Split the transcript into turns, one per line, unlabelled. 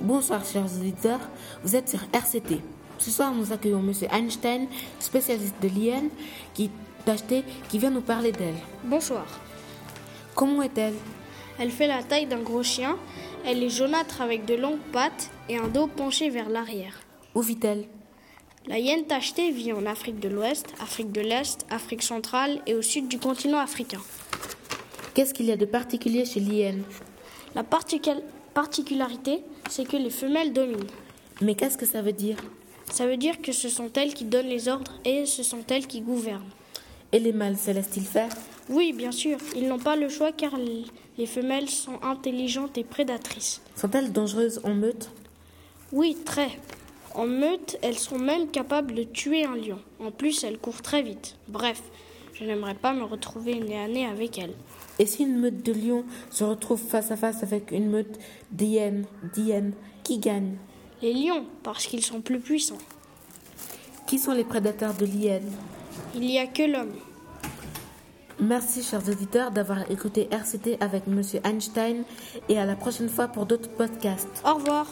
Bonsoir, chers auditeurs. Vous êtes sur RCT. Ce soir, nous accueillons M. Einstein, spécialiste de l'IN, qui, d'HT, qui vient nous parler d'elle.
Bonsoir.
Comment est-elle
Elle fait la taille d'un gros chien. Elle est jaunâtre avec de longues pattes et un dos penché vers l'arrière.
Où vit-elle
La hyène tachetée vit en Afrique de l'Ouest, Afrique de l'Est, Afrique centrale et au sud du continent africain.
Qu'est-ce qu'il y a de particulier chez l'IN
La particul- particularité, c'est que les femelles dominent.
Mais qu'est-ce que ça veut dire
Ça veut dire que ce sont elles qui donnent les ordres et ce sont elles qui gouvernent.
Et les mâles se laissent-ils faire
Oui, bien sûr, ils n'ont pas le choix car l- les femelles sont intelligentes et prédatrices.
Sont-elles dangereuses en meute
Oui, très. En meute, elles sont même capables de tuer un lion. En plus, elles courent très vite. Bref, je n'aimerais pas me retrouver nez à nez avec elles.
Et si une meute de lions se retrouve face à face avec une meute d'hyènes, d'hyènes, qui gagne
Les lions, parce qu'ils sont plus puissants.
Qui sont les prédateurs de l'hyène
Il n'y a que l'homme.
Merci, chers auditeurs, d'avoir écouté RCT avec M. Einstein et à la prochaine fois pour d'autres podcasts.
Au revoir.